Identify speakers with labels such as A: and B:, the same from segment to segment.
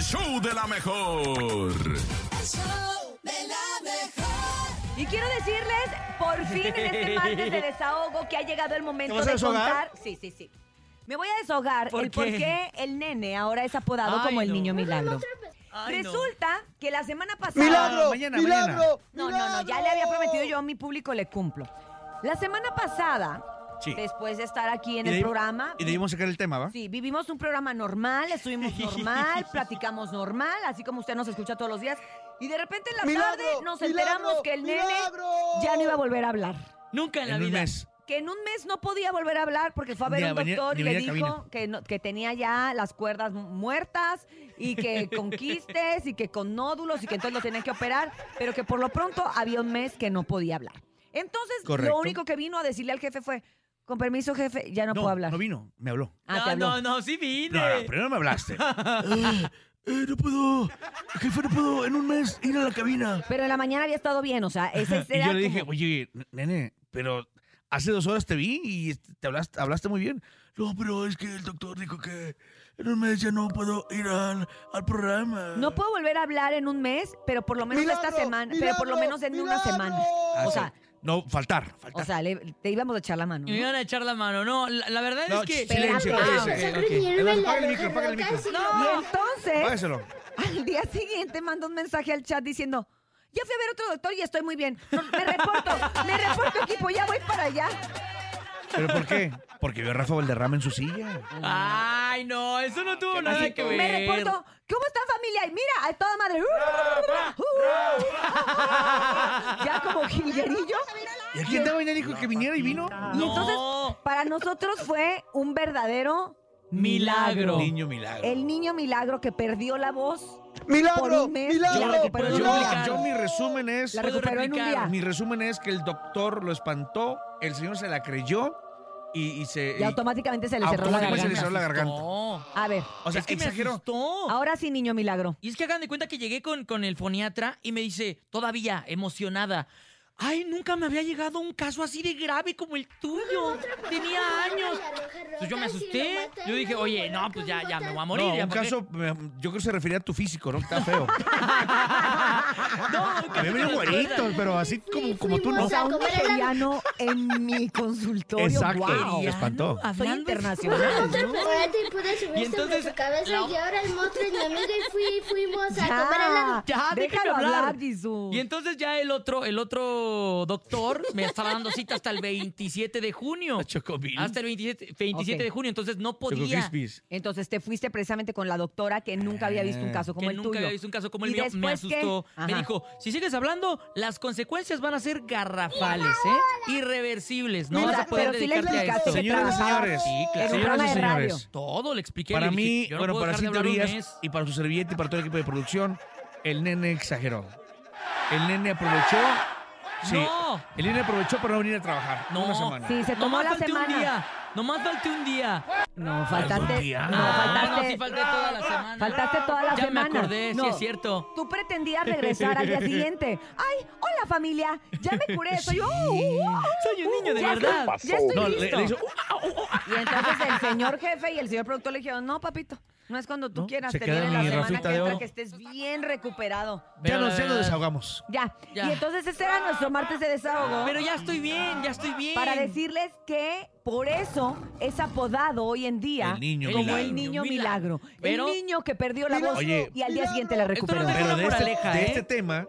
A: show de la mejor.
B: Y quiero decirles, por fin en este martes de desahogo, que ha llegado el momento
C: ¿Te vas a
B: de
C: desahogar?
B: contar. Sí, sí, sí. Me voy a deshogar
C: ¿Por
B: el por
C: qué?
B: qué el nene ahora es apodado
C: Ay,
B: como el
C: no.
B: niño milagro.
C: Ay, no.
B: Resulta que la semana pasada.
C: Ah,
D: ¡Milagro!
C: mañana,
D: ¡Milagro!
C: mañana.
B: No, no, no, ya le había prometido yo a mi público, le cumplo. La semana pasada,
C: Sí.
B: después de estar aquí en
C: Y
B: el
C: de ahí-
B: programa,
C: Y debimos sacar el tema, ¿va?
B: Sí, vivimos un programa normal, estuvimos normal, platicamos normal, así como usted nos escucha todos los días. Y de repente en la
D: ¡Milagro!
B: tarde nos
D: ¡Milagro!
B: enteramos que el nene
D: ¡Milagro!
B: ya no iba a volver a hablar.
E: Nunca en
C: En
E: la
C: un
E: vida.
C: mes.
B: Que en un mes no podía volver a hablar porque fue a ver
C: Ni
B: a
C: a
B: un
C: venir-
B: doctor
C: ni
B: y le
C: venir a
B: dijo
C: cabina.
B: que, no- que tenía ya las cuerdas mu- muertas y que con quistes y que con nódulos y que entonces lo tenían que operar, pero que por lo pronto había un mes que no podía hablar. Entonces,
C: Correcto.
B: lo único que vino a decirle al jefe fue, con permiso jefe, ya no,
C: no
B: puedo hablar.
C: No vino, me habló.
B: Ah, te
E: no,
B: habló.
E: no, no, sí vine.
C: No, no, primero me hablaste. Eh, eh, no puedo. Jefe, no puedo en un mes ir a la cabina.
B: Pero en la mañana había estado bien, o sea, ese
C: Y
B: era
C: yo le dije,
B: como-
C: oye, nene, pero hace dos horas te vi y este, te hablaste, hablaste muy bien. No, pero es que el doctor dijo que en un mes ya no puedo ir al, al programa.
B: no puedo volver a hablar en un mes, pero por lo menos
D: ¡Milagro!
B: esta semana, pero por lo
D: ¡Milagro!
B: menos en una
D: ¡Milagro!
B: semana.
C: Ah,
B: o
C: sí.
B: sea,
C: No, faltar, faltar.
B: o sea, le- te íbamos a echar la mano.
E: Y
B: ¿no?
E: me iban a echar la mano. No, la, la verdad
C: No,
E: es que.
C: ch- silencio,
B: Espérate.
C: cállese.
E: Ah, ok, ok.
C: Apaga el micro, apaga el micro.
B: Y entonces,
C: Págaselo.
B: al día siguiente manda un mensaje al chat diciendo, ya fui a ver otro doctor y estoy muy bien. No, me reporto, me reporto equipo, ya voy para allá.
C: ¿Pero por qué? Porque vio a Rafa Valderrama en su silla.
E: Ay, no, eso
C: Ah,
E: no tuvo nada que ver.
B: Me reporto, ¿cómo está familia? Y mira, a toda madre. Uh, uh, ya como jilguerillo.
C: ¿Y a quién te venía dijo que viniera y vino?
B: Y entonces,
E: No.
B: para nosotros fue un verdadero
E: Milagro.
C: Niño milagro.
B: El niño milagro que perdió la voz. Por
D: ¡Milagro!
B: un mes,
C: Yo,
B: la
D: ¡Milagro!
B: recuperó
C: yo-
B: en un día.
C: yo mi resumen es...
B: La
E: puedo
B: recuperó en un
E: replicar.
B: día.
C: Mi resumen es que el doctor lo espantó, el señor se la creyó y, y se...
B: Y automáticamente se le cerró la
C: Automáticamente se
B: garganta.
C: le cerró la garganta.
E: No.
B: A ver,
C: O sea,
E: es que
C: exageró.
E: me asustó.
B: ahora sí, niño milagro.
E: Y es que hagan de cuenta que llegué con, con el foniatra y me dice, todavía emocionada, ay, nunca me había llegado un caso así de grave como el tuyo. Tenía años. Entonces yo me asusté. Yo dije, oye, no, pues ya, ya me voy a morir.
C: No,
E: ya,
C: un
E: ¿para qué?".
C: caso, me- yo creo que se refería a tu físico, ¿no? Está feo.
E: No, un
C: A mí
E: caso que
C: me dio
E: me
C: güerito,
E: recuerda.
C: pero así como, como tú
B: O
C: no.
B: sea, un nigeriano en mi consultorio.
C: Exacto.
E: Oh,
B: Guau.
C: Me espantó.
B: Soy
E: Hablando-
B: internacional.
F: Otra temporada y pude subir
E: Y entonces,
F: sobre su cabeza
E: la-
F: y ahora el monstruo es mi amiga y fui, fuimos a comer helado.
B: Ya,
E: Ya, déjame
B: déjalo
E: hablar.
B: hablar, Jesús.
E: Y entonces ya el otro, el otro doctor me estaba dando cita hasta el 27 de junio.
C: Ah, Chocomil.
E: Hasta el 27, 27
B: Ok.
E: de junio, entonces no
C: Choco
E: podía.
C: Crispies.
B: Entonces te fuiste precisamente con la doctora que nunca había visto un caso como
E: Eh, que
B: el
E: nunca
B: tuyo.
E: había visto un caso como el
B: ¿Y
E: mío. Me
B: después qué?
E: asustó. Me
B: Ajá.
E: dijo, si sigues hablando, las consecuencias van a ser garrafales, ¿eh? Irreversibles. No
B: Mira,
E: vas a poder
B: pero sí le
E: dedicarte a
B: explicaste
E: esto.
B: que
C: Señoras y
B: trabajaba
C: señores,
E: Sí, claro.
B: en un
C: señoras y
B: programa de radio.
C: señores,
E: Todo le expliqué.
C: para
E: le dije,
C: mí,
E: yo no
C: bueno,
E: puedo
C: para
E: dejar de
C: sí
E: hablar un
C: teorías
E: mes.
C: y para su servilleta y para todo el equipo de producción, el nene exageró. El nene aprovechó. Sí,
E: No.
C: El nene aprovechó para no venir a trabajar.
E: No.
C: Una semana.
B: Sí, se tomó
E: Nomás
B: la
E: falté un
B: semana.
E: día. Nomás falté un día.
B: No, faltaste.
C: Ah, día?
B: No,
C: Ah,
B: faltaste.
E: no, sí falté toda la semana.
B: Faltaste toda la
E: ya
B: semana.
E: me acordé, sí
B: No.
E: es cierto.
B: Tú pretendías regresar al día siguiente. ¡Ay, hola familia! Ya me curé, soy yo.
E: Soy un niño de
B: ya
E: verdad.
B: estoy- ya estoy
C: No, le,
B: listo.
C: le hizo, "Uh, ah, uh, ah".
B: Y entonces el señor jefe y el señor productor le dijeron, no, papito, no es cuando tú
C: No,
B: quieras,
C: se
B: te
C: queda
B: viene la
C: mi
B: semana
C: rafita
B: que
C: de
B: entra
C: oro.
B: que estés bien recuperado.
C: ya,
E: Pero la
C: nos, ya nos
E: verdad-
C: desahogamos.
B: Ya.
E: Ya.
B: Y entonces ese era nuestro martes de
C: Ah,
B: desahogo.
E: Pero ya estoy bien, ya estoy bien.
B: para decirles que por eso es apodado hoy en día
C: El niño
B: como
C: milagro.
B: el niño milagro.
E: Pero-
B: el niño que perdió la voz
C: Milagro, Oye,
B: y al día siguiente la
E: Esto no
B: recuperó.
E: deja
C: Pero
E: una
C: de este,
E: moraleja,
C: de
E: ¿eh?
C: este tema,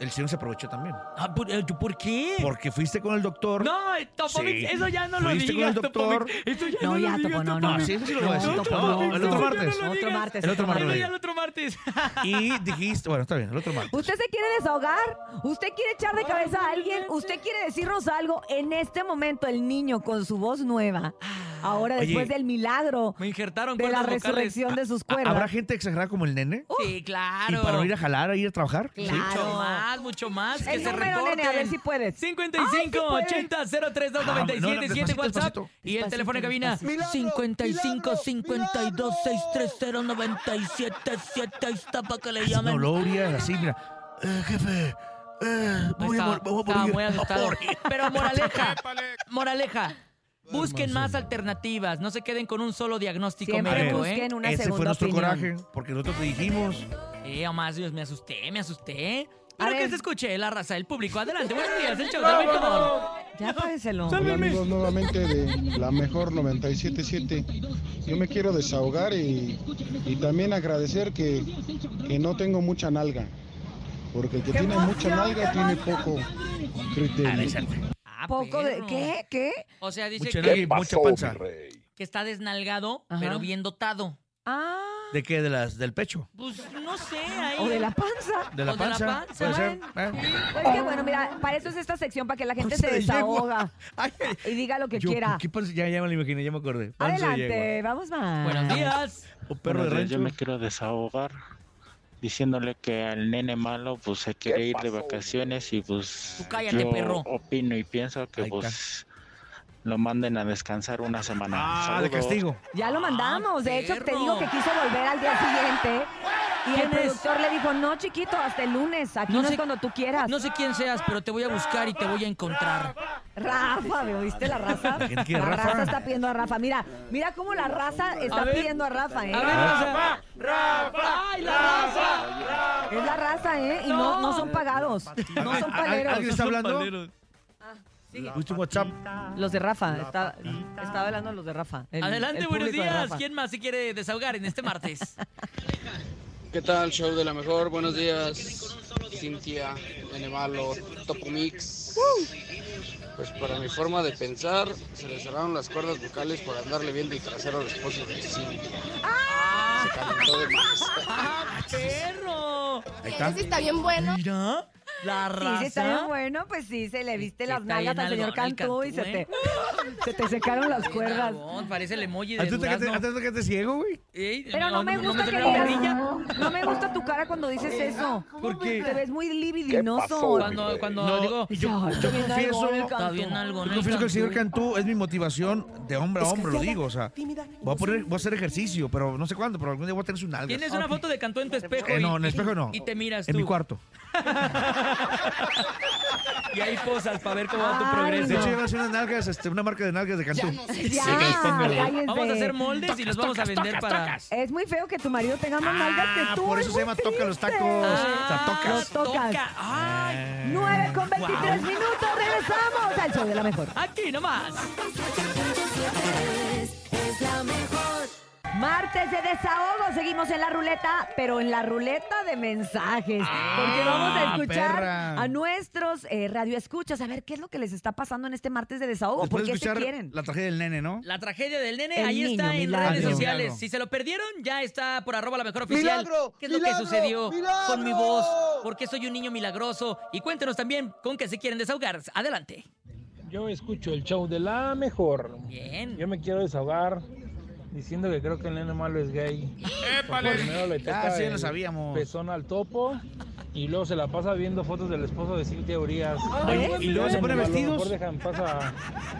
C: el señor se aprovechó también.
E: Ah, ¿por, eh, ¿por qué?
C: Porque fuiste con el doctor.
E: No, eh, Topovic,
C: Sí.
E: eso ya no lo
C: Fuiste
E: digas,
C: con el doctor.
E: Topovic. Eso ya
B: No,
E: no, lo
B: ya,
E: digas,
B: Topo, no, no,
E: Topovic.
C: no. Sí, eso sí lo voy a decir.
E: Topo,
C: No,
E: Topo,
C: el otro
E: eso ya
C: martes.
E: no lo
B: Otro
E: digas.
B: martes,
C: El otro
B: otro
C: martes.
E: Eso
B: martes.
E: ya el otro martes.
C: Y dijiste, bueno, está bien, el otro mal.
B: Usted se quiere desahogar, usted quiere echar de cabeza a alguien, usted quiere decirnos algo. En este momento el niño con su voz nueva, ahora
C: Oye.
B: después del milagro
E: Me injertaron
B: de la
E: cuerdas vocales.
B: resurrección de sus cuerdas.
C: ¿Habrá gente exagerada como el nene?
E: Sí, claro.
C: ¿Y para no ir a jalar, a ir a trabajar?
B: Claro.
E: Mucho más, mucho más. que
B: El
E: se
B: número, nene,
E: reporten.
B: a ver si puedes. Ay, sí
E: 55
B: puede.
E: 80 03
C: Ah, no,
E: 297
C: no,
E: 7
C: despacito,
E: WhatsApp.
C: despacito.
E: Y el teléfono de cabina.
D: despacito.
E: 55
D: Milagro,
E: 52
D: milagro.
E: 630 977 Ahí está para que le
C: No,
E: llamen.
C: lo Urias, así, mira. Eh, jefe, eh,
E: No,
C: voy, a,
E: estaba,
C: mor- voy a
E: estaba
C: morir,
E: muy
C: voy a
E: asustado.
C: morir.
E: Pero moraleja, moraleja, Busquen más alternativas, no se queden con un solo diagnóstico
B: Siempre
E: médico,
B: busquen una
C: Ese fue
B: segunda
C: nuestro
B: opinión.
C: coraje, porque nosotros te dijimos.
E: ¿eh? Eh, más Dios, me asusté, me asusté.
B: A
E: Pero que
B: ver.
E: se escuche la raza del público. Adelante, buenos días, el show del mejor.
B: Ya páguenselo.
D: Hola amigos nuevamente de la mejor 977. Yo me quiero desahogar y, y también agradecer que, que no tengo mucha nalga. Porque el que tiene mucha nalga tiene poco criterio.
E: Ah,
B: Poco de.
E: perro.
B: ¿Qué? ¿Qué?
E: O sea, dice
C: Mucha
E: que,
C: nalga y mucha panza.
E: que está desnalgado,
B: Ajá.
E: pero bien dotado.
B: Ah.
C: ¿De qué? ¿De las, ¿Del pecho?
E: Pues no sé, ahí.
B: O de la panza.
C: ¿De la
E: O de la
C: panza?
E: panza,
C: ¿Puede ser?
B: Pues
C: ¿Eh?
B: que bueno, mira, para eso es esta sección, para que la gente
C: Panza
B: se
C: de yegua.
B: desahoga
C: Ay,
B: y diga lo que
C: yo,
B: quiera.
C: ¿por qué panza? Ya, ya me lo imaginé, ya me acordé. Panza de
B: Adelante, vamos más.
E: Buenos días.
C: yegua. O perro de
G: Buenos días,
C: rancho.
G: Yo me quiero desahogar diciéndole que al nene malo pues se quiere ir de vacaciones y pues
E: Tú cállate,
G: yo
E: perro.
G: opino y pienso que
C: Ahí está.
G: pues lo manden a descansar una semana.
C: Ah, de
G: Saludos.
C: castigo.
B: Ya lo
E: Ah,
B: mandamos. De hecho, te
E: perro.
B: digo que quiso volver al día siguiente. Y el
E: ¿Quién es?
B: productor le dijo, no, chiquito, hasta el lunes. Aquí
E: No
B: no,
E: sé-
B: es cuando tú quieras.
E: No sé quién seas, pero te voy a buscar y te voy a encontrar.
B: Rafa, ¿me oíste la raza?
C: La gente quiere
B: La
C: Rafa.
B: raza está pidiendo a Rafa. Mira, mira cómo la raza está
E: ver.
B: pidiendo a Rafa, ¿eh?
E: A ver, Rafa. Rafa. ¡Ay, la raza!
B: Es la raza, ¿eh? Y no, no son pagados. No son
C: ¿Al- al- ¿Alguien
B: paleros.
C: está hablando? ¿Viste un WhatsApp?
B: Los de Rafa. Está, estaba hablando los de Rafa. el-
E: Adelante,
B: el
E: buenos
B: público de
E: días.
B: Rafa.
E: ¿Quién más se quiere desahogar en este martes?
H: ¿Qué tal, show de la mejor? Buenos días, Cintia, Enemalo, Topo Mix. Pues para mi forma de pensar, se le cerraron las cuerdas vocales por andarle viendo el trasero al esposo de Cintia. Se calentó de más.
E: ¡Ah, perro!
C: Ahí está.
F: está bien bueno.
E: Mira, la
B: Sí,
E: raza.
B: sí, está bien bueno, pues sí, se le viste
E: Sí,
B: las
E: está bien
B: nalgas al señor
E: nalgón el
B: Cantú y
E: Cantú,
B: se te,
E: ¿eh?
B: se te secaron las
E: Bien
B: cuerdas.
E: nalgón, Parece el emoji de
C: ¿Antes de que te-
E: durazno.
C: antes de que te ciego, güey?
E: Ey,
B: Pero no me gusta que
E: salió la
B: digas-
E: gorrilla.
B: No me gusta tu cara cuando dices eso.
C: ¿Por qué?
B: Te ves muy libidinoso.
E: Cuando, cuando
C: No,
E: digo,
C: yo,
B: Ay,
C: yo
B: bien
C: confieso,
B: nalgón el
E: está bien
B: Cantú.
E: algo,
C: yo confieso que el señor Cantú es mi motivación de hombre a hombre, lo
I: callada,
C: digo, o sea,
I: tímida,
C: voy a, poner, voy a hacer ejercicio, pero no sé cuándo, pero algún día voy a tener su nalga.
E: Tienes una foto de Cantú en tu espejo. y-
C: Eh, no, en el
E: y-
C: espejo no.
E: Y te miras
C: En
E: tú.
C: mi cuarto.
E: Y ahí posas para ver cómo va tu
B: Ay,
E: progreso.
C: De
B: no.
C: hecho, yo lancé unas nalgas, este, una marca de nalgas de Cantú.
B: Ya, cállense.
E: Vamos a hacer moldes y los vamos a vender para.
B: Es muy feo que tu marido tenga más nalgas que
C: Ah,
B: tú.
C: por
B: es
C: eso
B: muy
C: se llama toca los tacos.
B: triste.
C: O sea, tocas.
B: los tocas.
E: Toca. Ay,
B: 9 con 23 minutos, regresamos al show de la mejor.
E: aquí nomás.
B: Martes de desahogo, seguimos en la ruleta, pero en la ruleta de mensajes. porque vamos a escuchar
C: Ah, perra.
B: a nuestros eh, radioescuchas, a ver qué es lo que les está pasando en este martes de
E: Oh,
B: desahogo,
C: Después
B: por
C: de
B: qué se
C: escuchar
B: quieren.
C: la tragedia del nene, ¿no?
E: La tragedia del nene,
B: El
E: ahí
B: niño
E: está en
B: milagro.
E: redes sociales.
C: Milagro.
E: Si se lo perdieron, ya está por arroba la mejor oficial.
I: ¡Milagro!
E: ¿Qué es lo que
I: ¡Milagro!
E: sucedió
I: ¡Milagro!
E: con mi voz? ¿Por qué soy un niño milagroso? Y cuéntenos también con qué se quieren desahogar. Adelante.
J: Yo escucho el show de la mejor.
E: Bien.
J: Yo me quiero desahogar diciendo que creo que el nene malo es gay. Primero le
C: Ya,
J: toca
C: sí, lo
J: el
C: sabíamos.
J: pezón al topo y luego se la pasa viendo fotos del esposo de Cintia Urias.
B: Oye,
C: Ah, y luego se pone
J: Nene malo,
C: vestidos.
J: Mejor dejan pasa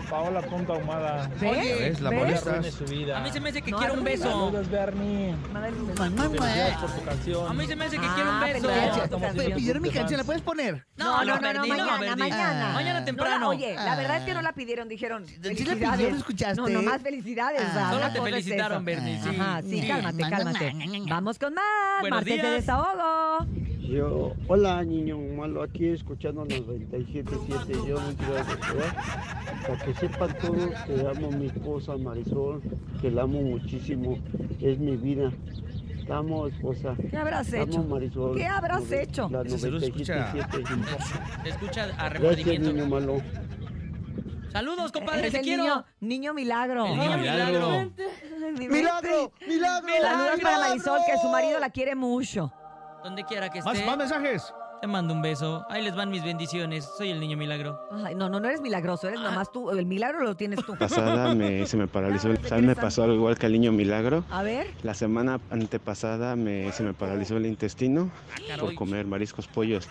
J: Paola Punta Ahumada.
B: ¿Ves?
C: ¿Ves? La
B: ¿Ves?
J: No le
C: molestas.
J: arruine su vida.
E: A mí se me hace que
B: No,
E: quiero un
B: no,
E: beso.
J: Saludos, Bernie.
C: eh.
J: Felicidades por tu canción.
E: A mí se me hace que
B: Ah,
E: quiero un beso.
B: felicidades por tu
E: Estamos
B: canción.
E: bien.
J: pidieron mi canción, ¿la
C: puedes poner?
B: No,
E: la
B: no, no, no,
E: perdí,
B: mañana,
E: perdí.
B: mañana.
E: Ah, Mañana temprano. Ah.
B: No, la- oye, la verdad es que no la pidieron, dijeron.
I: la
B: Felicidades.
I: pidieron, escuchaste.
B: No, nomás felicidades. o sea,
E: Ah. Solo
B: una
E: te
B: cosa es
E: felicitaron,
B: eso.
E: Bernie, sí.
B: Ajá, sí,
I: Sí.
B: cálmate,
I: Manda,
B: cálmate.
I: na, na, na.
B: Vamos con más.
E: Buenos
B: Martes
E: días.
B: de desahogo.
K: Yo, hola niño malo, aquí escuchando los 97.7, yo me quiero despedir para que sepan todos que amo a mi esposa Marisol, que la amo muchísimo, es mi vida, la amo esposa,
B: ¿Qué habrás
K: la amo
B: hecho?
K: Marisol.
B: ¿Qué habrás
K: Nove-
B: hecho?
K: La
C: Ese se lo escucha.
K: 97.7,
E: Se escucha a
K: gracias niño
E: remordimiento.
K: malo.
E: Saludos, compadre,
B: Es
E: te
B: el
E: quiero.
B: niño, niño milagro.
E: El niño
B: Ay,
E: milagro.
B: mi
I: ¡Milagro!
B: mente.
I: ¡Milagro!
B: Saludos para
I: ¡Milagro!
B: Marisol, que su marido la quiere mucho.
E: Donde quiera que
C: Más,
E: esté.
C: más mensajes.
E: Te mando un beso. Ahí les van mis bendiciones. Soy el niño milagro.
B: Ay, no, no, no eres milagroso, eres nomás tú. El milagro lo tienes tú.
G: Pasada me, se me paralizó el
B: Ah,
G: pezón, me pasó algo igual que al niño milagro.
B: A ver.
G: La semana antepasada me, se me paralizó el intestino
I: Ah,
G: por
E: caray.
G: comer mariscos, pollos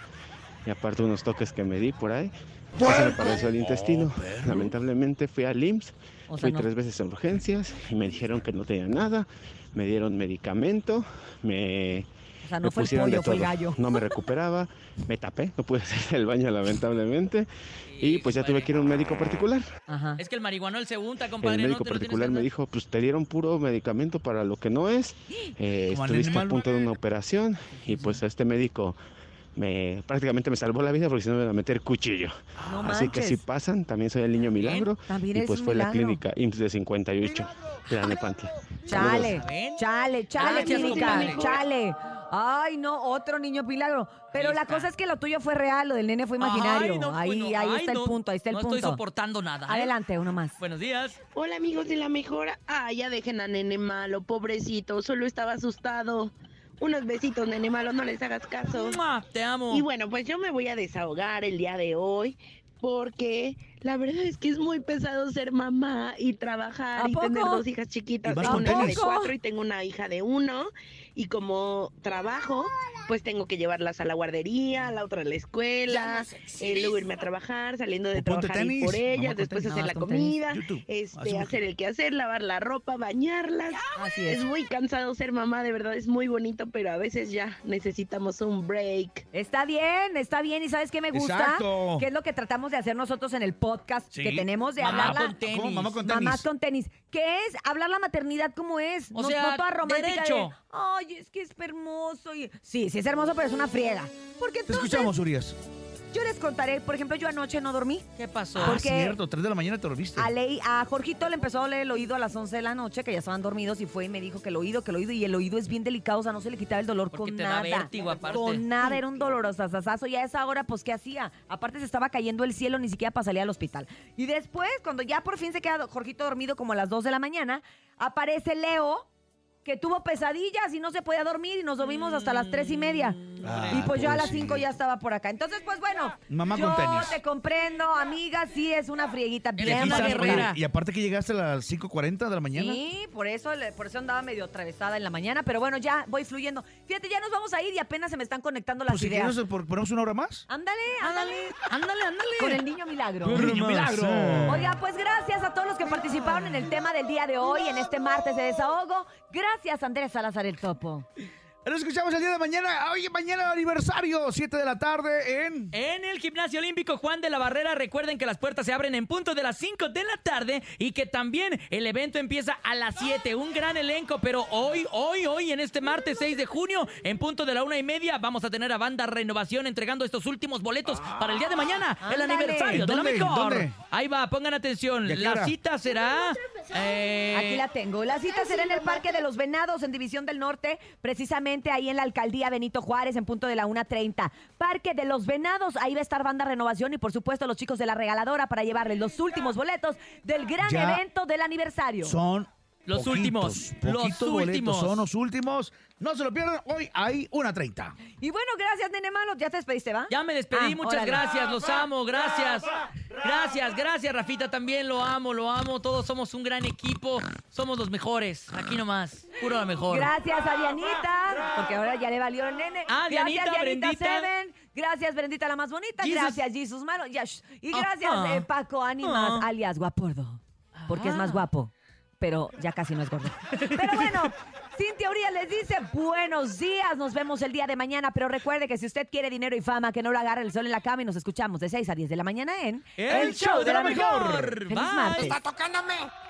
G: y aparte unos toques que me di por ahí. Ya Se me paralizó el intestino.
C: Oh,
G: Lamentablemente fui al IMSS,
E: O sea,
G: fui
E: no.
G: tres veces en urgencias y me dijeron que no tenía nada,
I: me dieron medicamento, me,
B: O sea,
I: me
B: no fue el
I: pusieron de
B: pollo, fue el
I: todo.
B: gallo.
I: No me recuperaba, me tapé, no pude hacer el baño lamentablemente y pues ya tuve que ir a un médico particular.
E: Es que el marihuanol se unta,
I: El
E: compadre.
I: médico
E: no te lo tienes
I: particular me dijo, pues te dieron puro medicamento para lo que no es, eh,
E: Como al
I: estuviste a
E: animal.
I: punto de una operación y pues este médico me prácticamente me salvó la vida porque si no me iba a meter cuchillo.
B: No
I: Así que si
B: manches. ¿Eh?
I: pasan, también soy el niño milagro
B: También
I: y
B: eres
I: pues
B: un
I: fue la
B: milagro.
I: clínica IMSS de 58 de la Nepantla.
B: Chale, chale, chale,
E: Gracias,
B: clínica,
E: compadre.
B: chale. Ay, no, otro niño milagro. Pero la cosa es que lo tuyo fue real, lo del nene fue imaginario.
E: Ay, no,
B: ahí,
E: bueno,
B: ahí
E: ay,
B: está
E: no,
B: el punto, ahí está el
E: no
B: punto.
E: estoy soportando nada. ¿eh?
B: Adelante, uno más.
E: Buenos días.
L: Hola amigos de la mejora. Ah, ya dejen a nene malo, pobrecito. Solo estaba asustado. Unos besitos, nene malo, no les hagas caso.
E: Te amo.
L: Y bueno, pues yo me voy a desahogar el día de hoy porque la verdad es que es muy pesado ser mamá y trabajar
B: ¿A
L: y tener
B: poco?
L: dos hijas
B: ¿Y
L: chiquitas.
B: vas
C: Ah,
B: con
L: Tengo una hija de
B: tenis?
L: cuatro y tengo una hija de uno. Y como trabajo, pues tengo que llevarlas a la guardería, a la otra a la escuela, eh, luego irme a trabajar, saliendo de
E: O ponte
L: trabajar ir
E: tenis.
L: por
E: No,
L: ellas,
E: ponte-
L: después
E: Pues no,
L: hacer la
E: vas con tenis.
L: comida,
E: YouTube, haz
L: este,
E: un
L: hacer el quehacer, lavar la ropa, bañarlas.
B: Así
L: es muy cansado ser mamá, de verdad es muy bonito, pero a veces ya necesitamos un break.
B: Está bien, está bien. ¿Y sabes qué me gusta?
L: Exacto.
B: Que es lo que tratamos de hacer nosotros en el podcast
E: Sí.
B: que tenemos de
E: Mamá
B: hablar la-
E: con tenis. ¿Cómo? Mamá con tenis.
B: Mamás con tenis. ¿Qué es hablar la maternidad como es?
E: O
B: no,
E: sea,
B: no toda romántica de,
E: derecho.
B: Ay, es que es hermoso. y-". Sí, sí es hermoso, pero es una friega. Porque
C: Te
B: entonces
C: escuchamos, Urias.
B: yo les contaré, por ejemplo, yo anoche no dormí.
E: ¿Qué pasó?
C: Ah,
B: Porque
C: cierto, 3 de la mañana te lo viste.
B: a, Ley- a Jorgito le empezó a doler el oído a las 11 de la noche, que ya estaban dormidos, y fue y me dijo que el oído, que el oído, y el oído es bien delicado, o sea, no se le quitaba el dolor con
E: te da
B: nada.
E: vértigo, aparte.
B: Con nada, era un dolorosasasazo, y a esa hora, pues, ¿qué hacía? Aparte se estaba cayendo el cielo, ni siquiera para salir al hospital. Y después, cuando ya por fin se queda do- Jorgito dormido como a las 2 de la mañana, aparece Leo, que tuvo pesadillas y no se podía dormir, y nos dormimos hasta las 3 y media.
C: Ah,
B: y pues yo a las
C: pobrecito.
B: 5 ya estaba por acá. Entonces, pues bueno,
C: Mamá
B: yo
C: con tenis.
B: te comprendo, amiga, sí es una frieguita
C: Y
B: bien
C: aquí sal-
B: guerrera.
C: oye, y aparte que llegaste a las 5.40 de la mañana.
B: Sí, por eso, le- por eso andaba medio atravesada en la mañana, pero bueno, ya voy fluyendo. Fíjate, ya nos vamos a ir y apenas se me están conectando las
C: Pues si
B: ideas.
C: quieres, por- ponemos una hora más.
B: Ándale, ándale, ándale, ándale. Con el niño milagro.
C: Con el niño milagro.
B: Oiga, pues gracias a todos los que participaron en el tema del día de hoy, en este martes de desahogo. Gracias, Andrés Salazar el Topo.
C: Nos escuchamos el día de mañana. Oye, mañana aniversario, 7 de la tarde en...
E: En el Gimnasio Olímpico Juan de la Barrera, recuerden que las puertas se abren en punto de las 5 de la tarde y que también el evento empieza a las 7. Un gran elenco, pero hoy, hoy, hoy, en este martes 6 de junio, en punto de la una y media, vamos a tener a Banda Renovación entregando estos últimos boletos para el día de mañana, el
B: Ándale.
E: aniversario de
B: ¿En
E: la
B: dónde? ¿En
E: mejor.
B: dónde?
E: Ahí va, pongan atención.
B: ¿Y a qué
E: La
B: hora?
E: cita será. eh,
B: Aquí la tengo. La cita será en el Parque de los Venados, en División del Norte, precisamente ahí en la alcaldía Benito Juárez, en punto de la 1.30. Parque de los Venados, ahí va a estar Banda Renovación y, por supuesto, los chicos de la regaladora para llevarles los últimos boletos del gran
C: Ya
B: evento del aniversario.
C: Son
E: Los
C: poquitos,
E: últimos, los
C: poquitos boletos,
E: últimos.
C: Son los últimos. No se lo pierdan. Hoy hay una 30.
B: Y bueno, gracias, nene malo. Ya te despediste, ¿va?
E: Ya me despedí,
B: Ah,
E: muchas
B: órale.
E: gracias, los amo, gracias. Gracias, gracias, Rafita, también lo amo, lo amo. Todos somos un gran equipo, somos los mejores. Aquí nomás, puro lo mejor.
B: Gracias a Dianita, porque ahora ya le valió el nene.
E: Ah,
B: gracias,
E: Dianita, Brendita.
B: Seven. Gracias, Brendita, la más bonita.
E: Jesus.
B: Gracias, Jesus Malo. Yash. Y gracias,
E: Ajá.
B: eh, Paco Ánimas,
E: Ah.
B: alias Guapordo, porque es más guapo, pero ya casi no es gordo. Pero bueno, Cintia Urias les dice buenos días, nos vemos el día de mañana, pero recuerde que si usted quiere dinero y fama, que no lo agarre el sol en la cama y nos escuchamos de 6 a 10 de la mañana en...
E: El Show de la Mejor.
B: Feliz
E: Bye.
B: martes.
M: Está tocándome.